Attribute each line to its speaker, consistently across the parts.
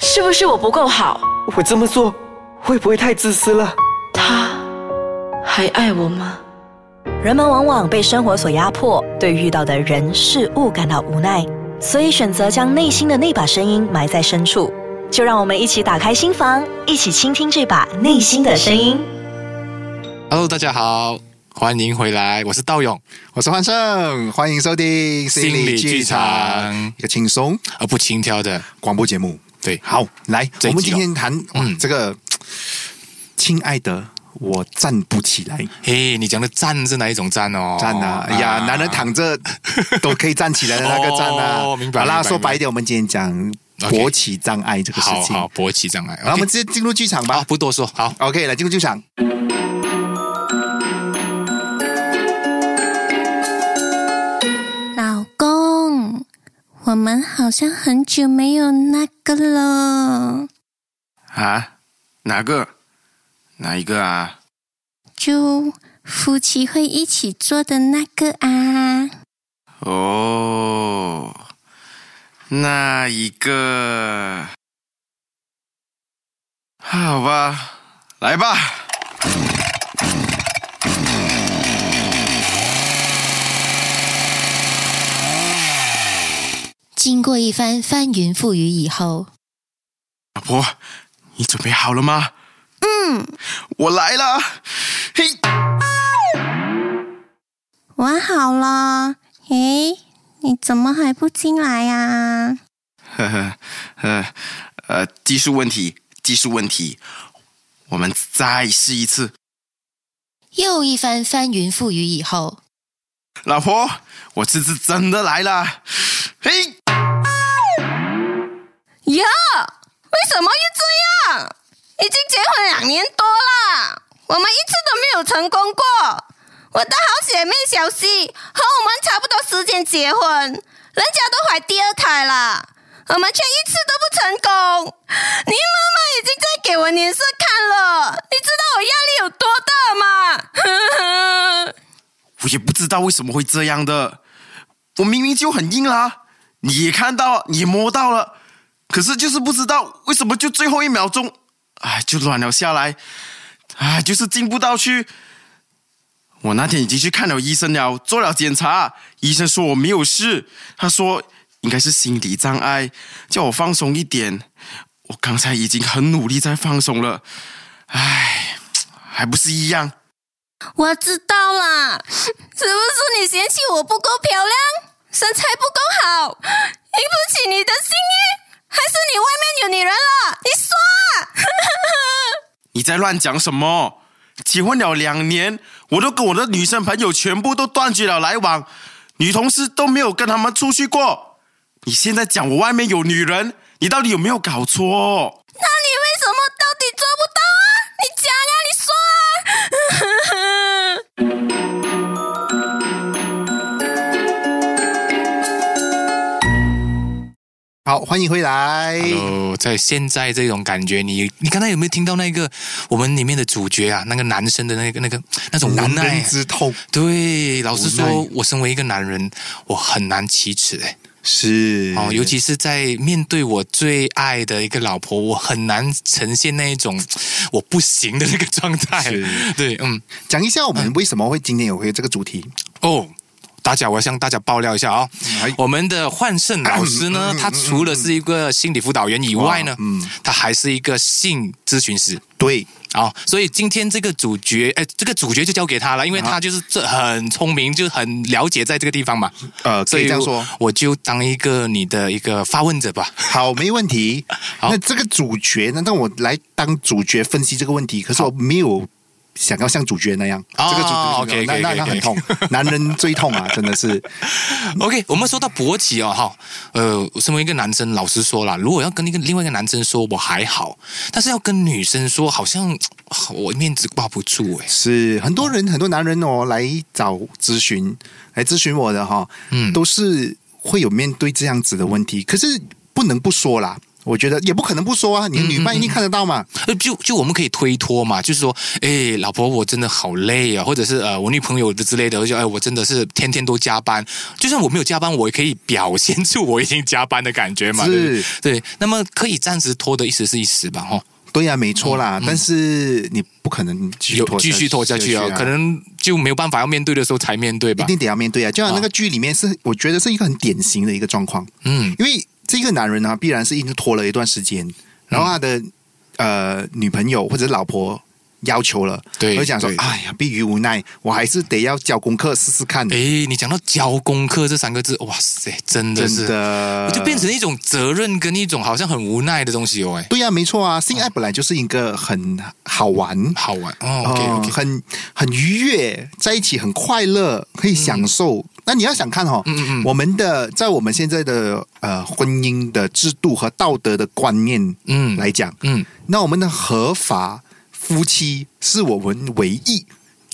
Speaker 1: 是不是我不够好？
Speaker 2: 我这么做会不会太自私了？
Speaker 1: 他还爱我吗？
Speaker 3: 人们往往被生活所压迫，对遇到的人事物感到无奈，所以选择将内心的那把声音埋在深处。就让我们一起打开心房，一起倾听这把内心的声音。
Speaker 4: Hello，大家好，欢迎回来，我是道勇，
Speaker 5: 我是焕胜，欢迎收听
Speaker 4: 心理剧场
Speaker 5: 一个轻松
Speaker 4: 而不轻佻的。
Speaker 5: 广播节目。
Speaker 4: 对
Speaker 5: 好，来，
Speaker 4: 这
Speaker 5: 我
Speaker 4: 一
Speaker 5: 们
Speaker 4: 集
Speaker 5: 今
Speaker 4: 哦
Speaker 5: 天谈哇
Speaker 4: 嗯
Speaker 5: 这个，亲爱的，我站不起来，
Speaker 4: 嘿，你讲的站是哪一种站哦？
Speaker 5: 站啊！哎呀，男人躺着都可以站起来的那个站啊
Speaker 4: 哦，明白
Speaker 5: 好啦，
Speaker 4: 明白
Speaker 5: 说白一点，我们今天讲
Speaker 4: OK
Speaker 5: 勃起障碍这个事
Speaker 4: 好
Speaker 5: 情。
Speaker 4: 好，勃起障碍。
Speaker 5: 然后我
Speaker 4: OK
Speaker 5: 们直接进入剧场吧
Speaker 4: 好，。不多说，好，
Speaker 5: OK，来进入剧场。
Speaker 6: 老公，我们好像很久没有那个了，
Speaker 7: 啊？哪个？哪一个啊？
Speaker 6: 就夫妻会一起做的那个啊。
Speaker 7: 哦，那一个，好吧，来吧。
Speaker 8: 经过一番翻云覆雨以后，
Speaker 7: 老婆，你准备好了吗？嗯，我来了。嘿，
Speaker 6: 玩好了，诶，你怎么还不进来啊？
Speaker 7: 呵呵， 呃呃，技术问题，技术问题，我们再试一次。
Speaker 8: 又一番翻云覆雨以后，
Speaker 7: 老婆，我这次真的来了。嘿。
Speaker 6: 呀，为什么又这样？已经结婚两年多了，我们一次都没有成功过。我的好姐妹小西和我们差不多时间结婚，人家都怀第二胎了，我们却一次都不成功。你妈妈已经在给我脸色看了，你知道我压力有多大吗？
Speaker 7: 我也不知道为什么会这样的。我明明就很硬啦，你也看到，你也摸到了，可是就是不知道为什么就最后一秒钟，哎，就软了下来，哎，就是进不到去。我那天已经去看了医生了，做了检查，医生说我没有事，他说应该是心理障碍，叫我放松一点。我刚才已经很努力在放松了，哎，还不是一样。
Speaker 6: 我知道啦，是不是你嫌弃我不够漂亮，身材不够好，引不起你的心意，还是你外面有女人了？你说啊！
Speaker 7: 你在乱讲什么？结婚了两年，我都跟我的女生朋友全部都断绝了来往，女同事都没有跟他们出去过。你现在讲我外面有女人，你到底有没有搞错？
Speaker 6: 那你为什么到底做不到啊？你讲啊，你说啊！
Speaker 5: 好，欢迎回来。
Speaker 4: 哦，在现在这种感觉，你你刚才有没有听到那个我们里面的主角啊，那个男生的那个那个那种无
Speaker 5: 男
Speaker 4: 奈
Speaker 5: 人
Speaker 4: 啊？
Speaker 5: 之痛
Speaker 4: 对，老实说
Speaker 5: 无，
Speaker 4: 我身为一个男人，我很难启齿哎。
Speaker 5: 是
Speaker 4: 哦，尤其是在面对我最爱的一个老婆，我很难呈现那一种我不行的那个状态
Speaker 5: 是。
Speaker 4: 对，嗯，
Speaker 5: 讲一下我们为什么会今天有会这个主题。
Speaker 4: 哦。大家，我要向大家爆料一下哦
Speaker 5: 哎，嗯
Speaker 4: 我们的焕胜老师呢，他除了是一个心理辅导员以外呢，他还是一个性咨询师。
Speaker 5: 对，
Speaker 4: 哦，所以今天这个主角，哎，这个主角就交给他了，因为
Speaker 5: 啊
Speaker 4: 他就是这很聪明，就很了解在这个地方嘛。
Speaker 5: 呃，可
Speaker 4: 所以
Speaker 5: 以这样说
Speaker 4: 我。我就当一个你的一个发问者吧。
Speaker 5: 好，没问 题。
Speaker 4: 好
Speaker 5: 那这个主角呢？让我来当主角分析这个问题。可是我没有想要像主角那样，
Speaker 4: 哦
Speaker 5: 这个主角
Speaker 4: OK，OK，OK，
Speaker 5: 那那那
Speaker 4: OK，OK
Speaker 5: 很痛，男人最痛啊，真的是。
Speaker 4: OK，我们说到勃起哦，哈，呃，身为一个男生，老实说啦，如果要跟一个另外一个男生说我还好，但是要跟女生说，好像我面子挂不住哎、
Speaker 5: 是很多人，很多男人哦，来找咨询，来咨询我的哈、
Speaker 4: 嗯
Speaker 5: 都是会有面对这样子的问题。可是不能不说啦，我觉得也不可能不说啊，
Speaker 4: 嗯
Speaker 5: 你的女伴一定看得到嘛。
Speaker 4: 呃，就就我们可以推脱嘛，就是说，哎，老婆，我真的好累啊，或者是呃，我女朋友的之类的，我就哎，我真的是天天都加班，就算我没有加班，我也可以表现出我已经加班的感觉嘛，对不
Speaker 5: 是
Speaker 4: 对对，那么可以暂时拖的一时是一时吧，哈、
Speaker 5: 对呀、没错啦，
Speaker 4: 嗯嗯
Speaker 5: 但是你不可能继续
Speaker 4: 有
Speaker 5: 拖
Speaker 4: 继续拖下去啊，可能就没有办法要面对的时候才面对
Speaker 5: 一
Speaker 4: 吧，
Speaker 5: 定得要面对啊。就像那个剧里面是，我觉得是一个很典型的一个状况，
Speaker 4: 嗯
Speaker 5: 因为这个男人呢、必然是一直拖了一段时间，然后他的、呃女朋友或者老婆要求了，
Speaker 4: 对
Speaker 5: 而讲说
Speaker 4: 对，
Speaker 5: 哎呀，逼于无奈，我还是得要交功课试试看，
Speaker 4: 哎，你讲到交功课这三个字，哇塞，真的是，
Speaker 5: 真的
Speaker 4: 就变成一种责任跟一种好像很无奈的东西哦，哎，
Speaker 5: 对呀、没错啊，性爱本来就是一个很好玩。
Speaker 4: 好玩哦，OK
Speaker 5: 呃
Speaker 4: OK，
Speaker 5: 很很愉悦，在一起很快乐，可以享受。那你要想看哦，
Speaker 4: 嗯嗯
Speaker 5: 我们的在我们现在的呃婚姻的制度和道德的观念
Speaker 4: 嗯
Speaker 5: 来讲，
Speaker 4: 嗯，
Speaker 5: 那我们的合法夫妻是我们唯一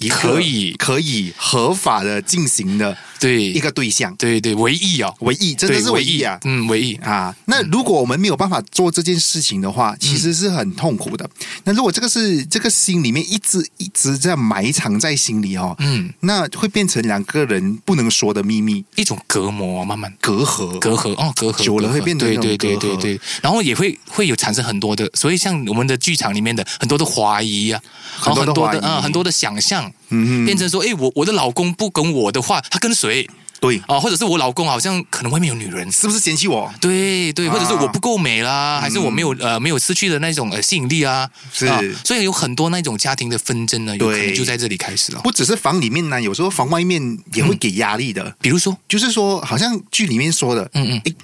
Speaker 5: 一个
Speaker 4: 可以
Speaker 5: 可以合法的进行的
Speaker 4: 对，
Speaker 5: 一个对象，
Speaker 4: 对对，唯一哦，
Speaker 5: 唯一真的
Speaker 4: 对
Speaker 5: 是唯一啊。
Speaker 4: 嗯，唯一，
Speaker 5: 啊，那如果我们没有办法做这件事情的话，
Speaker 4: 嗯
Speaker 5: 其实是很痛苦的。那如果这个是这个心里面一直一直在埋藏在心里哦，
Speaker 4: 嗯，
Speaker 5: 那会变成两个人不能说的秘密
Speaker 4: 一种隔膜，啊慢慢
Speaker 5: 隔阂。
Speaker 4: 隔阂哦，隔阂
Speaker 5: 久了
Speaker 4: 隔阂
Speaker 5: 会变成
Speaker 4: 对
Speaker 5: 那种
Speaker 4: 对对
Speaker 5: 隔
Speaker 4: 对
Speaker 5: 阂
Speaker 4: 对，然后也会会有产生很多的，所以像我们的剧场里面的很多的怀疑啊，然后
Speaker 5: 很
Speaker 4: 很
Speaker 5: 多
Speaker 4: 多
Speaker 5: 的
Speaker 4: 的
Speaker 5: 怀疑
Speaker 4: 啊很多的想象，
Speaker 5: 嗯哼
Speaker 4: 变成说，哎，我我的老公不跟我的话，他跟谁
Speaker 5: 对，
Speaker 4: 啊？或者是我老公好像可能外面有女人。
Speaker 5: 是不是嫌弃我？
Speaker 4: 对对，
Speaker 5: 啊嗯
Speaker 4: 或者是我不够美啦，还是我没有呃没有失去的那种呃吸引力啊，
Speaker 5: 是
Speaker 4: 啊所以有很多那种家庭的纷争呢，有可能
Speaker 5: 对
Speaker 4: 就在这里开始了。
Speaker 5: 不只是房里面呢，啊有时候房外面也
Speaker 4: 嗯
Speaker 5: 会给压力的。
Speaker 4: 比如说，
Speaker 5: 就是说，好像剧里面说的，
Speaker 4: 嗯嗯
Speaker 5: 诶，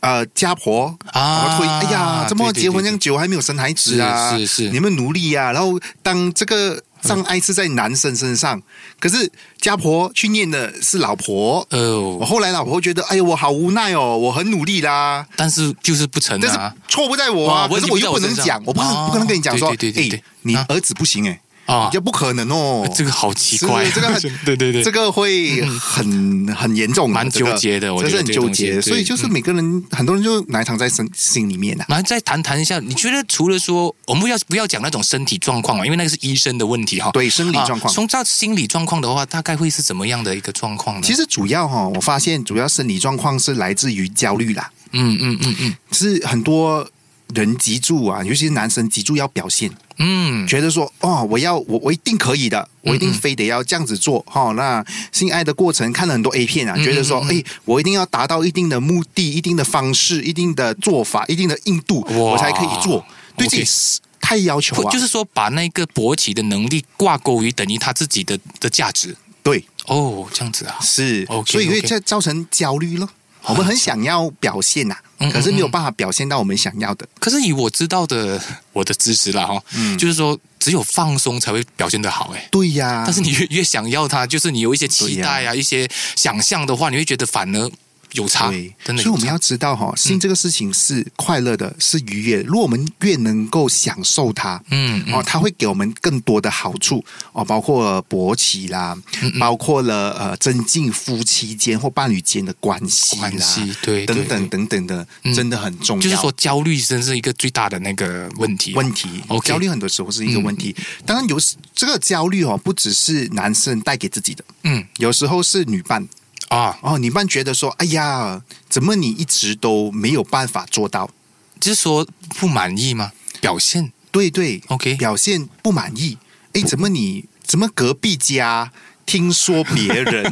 Speaker 5: 呃，家婆
Speaker 4: 啊
Speaker 5: 推，哎呀，怎么
Speaker 4: 对对
Speaker 5: 结婚
Speaker 4: 对
Speaker 5: 这样久还没有生孩子啊？
Speaker 4: 是是是
Speaker 5: 你们努力啊。然后当这个障碍是在男生身上，可是家婆去念的是老婆。我
Speaker 4: 呃，
Speaker 5: 后来老婆觉得，哎呀，我好无奈哦，我很努力啦，
Speaker 4: 但是就是不成
Speaker 5: 但是
Speaker 4: 啊，
Speaker 5: 错不在我啊，
Speaker 4: 哦
Speaker 5: 可
Speaker 4: 问
Speaker 5: 是
Speaker 4: 题
Speaker 5: 我
Speaker 4: 不在嗯
Speaker 5: 又
Speaker 4: 啊我
Speaker 5: 不能
Speaker 4: 身上
Speaker 5: 讲，我不能
Speaker 4: 哦
Speaker 5: 不可能跟你讲说，
Speaker 4: 对对对对
Speaker 5: 哎，你
Speaker 4: 啊
Speaker 5: 儿子不行哎，
Speaker 4: 啊
Speaker 5: 这不可能哦，
Speaker 4: 这个好奇怪啊、
Speaker 5: 是这个很
Speaker 4: 对对对，
Speaker 5: 这个会很很严重的，
Speaker 4: 蛮
Speaker 5: 这个
Speaker 4: 纠结的我
Speaker 5: 真是
Speaker 4: 觉得这
Speaker 5: 很
Speaker 4: 个
Speaker 5: 纠
Speaker 4: 东西
Speaker 5: 结。
Speaker 4: 对嗯
Speaker 5: 所以就是每个人很多人就埋藏在心心里面的。啊
Speaker 4: 然后再谈谈一下，你觉得除了说我们不要不要讲那种身体状况嘛，因为那个是医生的问题哈、
Speaker 5: 对生理状
Speaker 4: 啊
Speaker 5: 况
Speaker 4: 从到心理状况的话，大概会是怎么样的一个状况呢？
Speaker 5: 其，实主要哈、我发现主要生理状况是来自于焦虑啦，
Speaker 4: 嗯嗯嗯嗯
Speaker 5: 是很多人脊柱啊，尤其是男生脊柱要表现，
Speaker 4: 嗯，
Speaker 5: 觉得说哦，我要我我一定可以的，我一定
Speaker 4: 嗯嗯
Speaker 5: 非得要这样子做哈、那性爱的过程看了很多 A 片啊，觉得说
Speaker 4: 嗯嗯
Speaker 5: 哎，我一定要达到一定的目的、一定的方式、一定的做法、一定的硬度，
Speaker 4: 哇
Speaker 5: 我才可以做，对自己
Speaker 4: OK
Speaker 5: 是太要求
Speaker 4: 会
Speaker 5: 啊，
Speaker 4: 就是说把那个勃起的能力挂钩于等于他自己的的价值
Speaker 5: 对
Speaker 4: 哦，这样子啊，
Speaker 5: 是
Speaker 4: OK，
Speaker 5: 所以
Speaker 4: OK 啊
Speaker 5: 会这造成焦虑咯。我们很想要表现呐、啊
Speaker 4: 嗯嗯
Speaker 5: 可是没有办法表现到我们想要的。
Speaker 4: 可是以我知道的我的知识啦哈、
Speaker 5: 嗯
Speaker 4: 就是说只有放松才会表现得好哎。
Speaker 5: 对呀、
Speaker 4: 但是你越越想要它，就是你有一些期待
Speaker 5: 啊对
Speaker 4: 啊，一些想象的话，你会觉得反而有差，
Speaker 5: 对，
Speaker 4: 真的有差。嗯
Speaker 5: 所以我们要知道哈、性这个事情是快乐的，是愉悦的。如果我们越能够享受它，
Speaker 4: 嗯
Speaker 5: 哦，它会给我们更多的好处哦，包括勃起啦，
Speaker 4: 嗯
Speaker 5: 包括了呃增进夫妻间或伴侣间的关系啦，
Speaker 4: 关系对
Speaker 5: 等
Speaker 4: 对对
Speaker 5: 等等等的，
Speaker 4: 嗯
Speaker 5: 真的很重要。
Speaker 4: 就是说焦虑真是一个最大的那个问题。啊
Speaker 5: 问题
Speaker 4: OK 嗯
Speaker 5: 焦虑很多时候是一个问题。当然有时这个焦虑哦，不只是男生带给自己的，
Speaker 4: 嗯
Speaker 5: 有时候是女伴
Speaker 4: 啊，
Speaker 5: 哦，女伴觉得说，哎呀，怎么你一直都没有办法做到？
Speaker 4: 就是说不满意吗？表现
Speaker 5: 对对
Speaker 4: OK
Speaker 5: 表现不满意，哎，怎么你怎么隔壁家？听说别 人，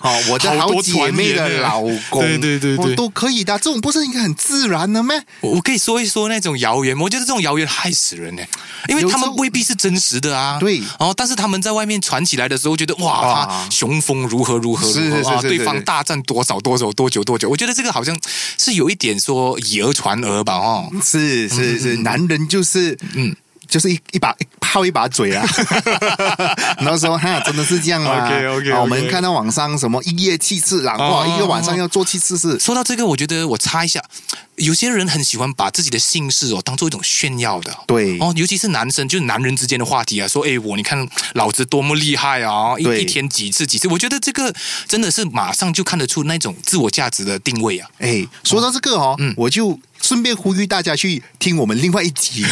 Speaker 5: 哦，我的
Speaker 4: 好
Speaker 5: 好
Speaker 4: 多
Speaker 5: 姐妹
Speaker 4: 传言
Speaker 5: 的
Speaker 4: 啊
Speaker 5: 老公，
Speaker 4: 对对对对
Speaker 5: 哦都可以的，这种不是应该很自然的咩？
Speaker 4: 我我可以说一说那种谣言吗，我觉得这种谣言害死人呢、欸因为
Speaker 5: 有时
Speaker 4: 他
Speaker 5: 候
Speaker 4: 们未必是真实的啊。
Speaker 5: 对
Speaker 4: 哦，但是他们在外面传起来的时候，觉得哇，
Speaker 5: 哇
Speaker 4: 他雄风如何如何如何
Speaker 5: 是是是
Speaker 4: 啊，
Speaker 5: 是
Speaker 4: 对
Speaker 5: 是
Speaker 4: 方大战多少多少多久多久，我觉得这个好像是有一点说以讹传讹吧，哦。
Speaker 5: 是是是，男人就是嗯。就是一一把泡一把 嘴啊，然后说哈，真的是这样吗
Speaker 4: OK，OK，OK
Speaker 5: 啊我们看到网上什么一夜七次郎，
Speaker 4: 哦
Speaker 5: 哇，一个晚上要做七次事，
Speaker 4: 说到这个，我觉得我插一下，有些人很喜欢把自己的姓氏哦当做一种炫耀的，
Speaker 5: 对
Speaker 4: 哦，尤其是男生，就是男人之间的话题啊，说哎我你看老子多么厉害啊，一
Speaker 5: 对
Speaker 4: 一天几次几次，我觉得这个真的是马上就看得出那种自我价值的定位啊。
Speaker 5: 哎，说到这个哦，
Speaker 4: 嗯
Speaker 5: 我就顺便呼吁大家去听我们另外一 集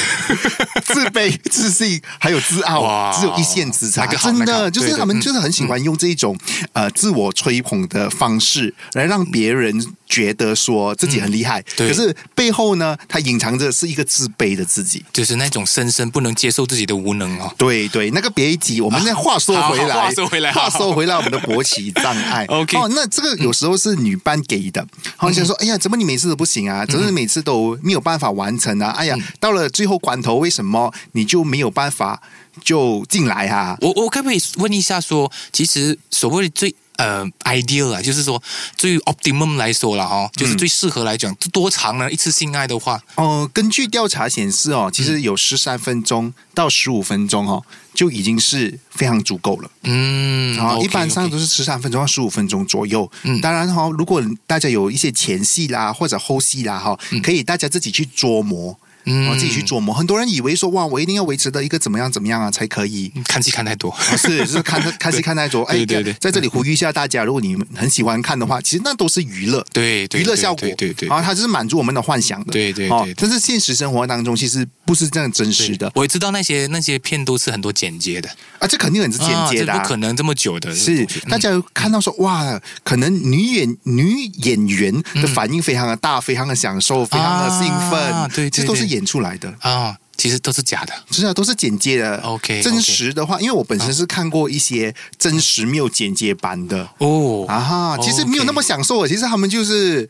Speaker 5: 自卑、自信还有自傲，
Speaker 4: 哇
Speaker 5: 只有一线之差。
Speaker 4: 那个好
Speaker 5: 真
Speaker 4: 那个
Speaker 5: 的
Speaker 4: 好
Speaker 5: 就是
Speaker 4: 对对
Speaker 5: 他们
Speaker 4: 嗯
Speaker 5: 就是很喜欢用这一种呃自我吹捧的方式来让别人觉得说自己很厉害，
Speaker 4: 嗯对
Speaker 5: 可是背后呢，他隐藏着是一个自卑的自己。
Speaker 4: 就是那种深深不能接受自己的无能哦。
Speaker 5: 对对，那个别一急，我们再话说回
Speaker 4: 啊
Speaker 5: 来，
Speaker 4: 好好话说回来
Speaker 5: 话
Speaker 4: 好
Speaker 5: 说回来，我们的勃起障碍
Speaker 4: OK 嗯
Speaker 5: 哦，那这个有时候是女伴给的，好像说，哎呀，怎么你每次都不行啊？怎么你每次都没有办法完成啊？哎呀，
Speaker 4: 嗯
Speaker 5: 到了最后关头，为什么你就没有办法就进来啊？
Speaker 4: 我我可不可以问一下说，其实所谓最呃 ideal 啊，就是说最 optimum 来说了哈、哦，
Speaker 5: 嗯
Speaker 4: 就是最适合来讲，多长呢？一次性爱的话，
Speaker 5: 哦，根据调查显示哦，其
Speaker 4: 嗯
Speaker 5: 实有十三分钟到十五分钟哦，就已经是非常足够了。
Speaker 4: 嗯，
Speaker 5: 啊，
Speaker 4: OK，
Speaker 5: 一般上
Speaker 4: OK
Speaker 5: 都是十三分钟到十五分钟左右。
Speaker 4: 嗯
Speaker 5: 当然哈、如果大家有一些前戏啦或者后戏啦哈、可以大家自己去琢磨，
Speaker 4: 嗯
Speaker 5: 哦，自己去琢磨。很多人以为说哇，我一定要维持的一个怎么样怎么样啊才可以。
Speaker 4: 嗯看戏看太多，
Speaker 5: 不是，就是看看戏看太多。哎，
Speaker 4: 对对对嗯
Speaker 5: 在这里呼吁一下大家，如果你们很喜欢看的话，其实那都是娱乐，
Speaker 4: 对对
Speaker 5: 娱乐效果，
Speaker 4: 对对对对
Speaker 5: 然后它就是满足我们的幻想的，
Speaker 4: 对对对
Speaker 5: 哦
Speaker 4: 对。
Speaker 5: 但是现实生活当中其实不是这样真实的
Speaker 4: 我也知道那些那些片都是很多剪接的，
Speaker 5: 啊，这肯定很是间接的、
Speaker 4: 啊
Speaker 5: 啊
Speaker 4: 这不可能这么久的，
Speaker 5: 是
Speaker 4: 这个东西，
Speaker 5: 大家看到说哇，可能女演女演员的反应非常的大，非常的享受，非常的兴奋
Speaker 4: 啊，对对
Speaker 5: 这都是
Speaker 4: 对
Speaker 5: 演出来的，
Speaker 4: 啊、其实都是假的，
Speaker 5: 是啊，都是剪接的。
Speaker 4: OK，OK
Speaker 5: 真实的话，因为我本身是看过一些真实没有剪接版的。
Speaker 4: 哦
Speaker 5: 啊哈，其实没有那么
Speaker 4: OK
Speaker 5: 享受，其实他们就是，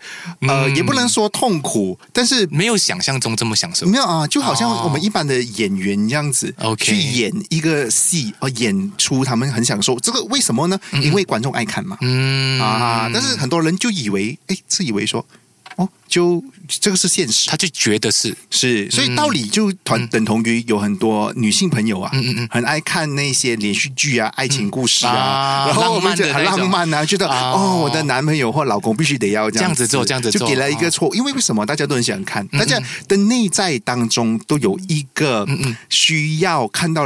Speaker 5: 呃，
Speaker 4: 嗯
Speaker 5: 也不能说痛苦，但是
Speaker 4: 没有想象中这么享受
Speaker 5: 没有啊，就好像
Speaker 4: 哦
Speaker 5: 我们一般的演员这样子
Speaker 4: OK
Speaker 5: 去演一个戏，呃，演出他们很享受，这个为什么呢？因为观众爱看嘛。
Speaker 4: 嗯
Speaker 5: 啊，但是很多人就以为，哎，自以为说，哦，就这个是现实，
Speaker 4: 他就觉得是嗯
Speaker 5: 是，所以道理就团、等同于有很多女性朋友啊，
Speaker 4: 嗯嗯嗯
Speaker 5: 很爱看那些连续剧啊、爱情故事啊，
Speaker 4: 啊
Speaker 5: 然后我
Speaker 4: 浪漫
Speaker 5: 们
Speaker 4: 的
Speaker 5: 觉得很
Speaker 4: 那种
Speaker 5: 浪漫啊，觉得
Speaker 4: 啊
Speaker 5: 哦，我的男朋友或老公必须得要这
Speaker 4: 这
Speaker 5: 样
Speaker 4: 样子做这样子
Speaker 5: 就
Speaker 4: 做嗯
Speaker 5: 给了一个错，因为为什么大家都很喜欢看，大家的内在当中都有一个
Speaker 4: 嗯
Speaker 5: 需要看到。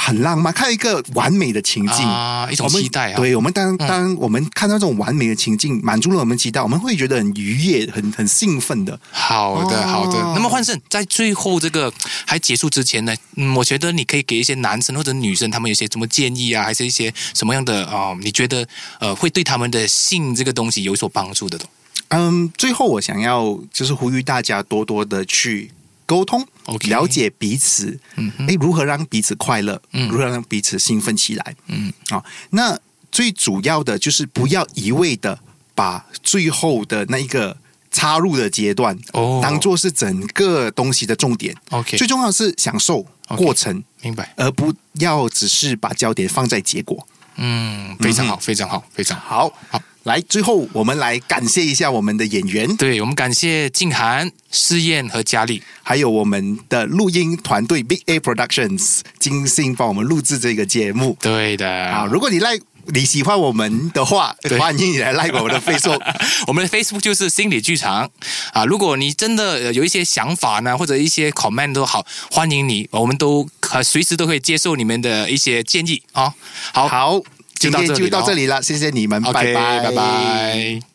Speaker 5: 很浪漫，看到一个完美的情境
Speaker 4: 啊一种
Speaker 5: 我们
Speaker 4: 期待啊
Speaker 5: 对我们当当我们看到这种完美的情境，满足了我们期待，我们会觉得很愉悦、很很兴奋的。
Speaker 4: 好的，好的
Speaker 5: 哦。
Speaker 4: 那么焕胜在最后这个还结束之前呢，嗯，我觉得你可以给一些男生或者女生他们有些什么建议啊，还是一些什么样的啊、你觉得呃会对他们的性这个东西有所帮助的东
Speaker 5: 嗯，最后我想要就是呼吁大家多多的去沟通
Speaker 4: OK
Speaker 5: 了解彼此，嗯，哎，如何让彼此快乐，嗯，如何让彼此兴奋起来，嗯，啊、那最主要的就是不要一味的把最后的那一个插入的阶段，
Speaker 4: 哦
Speaker 5: 当做是整个东西的重点。
Speaker 4: OK
Speaker 5: 最重要的是享受
Speaker 4: OK
Speaker 5: 过程。
Speaker 4: 明白？
Speaker 5: 而不要只是把焦点放在结果。
Speaker 4: 嗯，非常好，非常好，非常好。
Speaker 5: 好，
Speaker 4: 好，
Speaker 5: 来，最后我们来感谢一下我们的演员，
Speaker 4: 对我们感谢静涵、试验和佳丽。
Speaker 5: 还有我们的录音团队 Big A Productions 精心帮我们录制这个节目
Speaker 4: 对的，
Speaker 5: 啊！如果你来你喜欢我们的话，
Speaker 4: 对
Speaker 5: 欢迎你来 like 我们的 Facebook。
Speaker 4: 我们的 Facebook 就是心理剧场啊。如果你真的呃有一些想法呢，或者一些 comment 都好，欢迎你，我们都呃随时都可以接受你们的一些建议啊。好，
Speaker 5: 好，
Speaker 4: 就
Speaker 5: 今
Speaker 4: 到
Speaker 5: 天
Speaker 4: 这里
Speaker 5: 就到
Speaker 4: 了哦
Speaker 5: 这里了，谢谢你们，
Speaker 4: OK，
Speaker 5: 拜拜，
Speaker 4: 拜拜。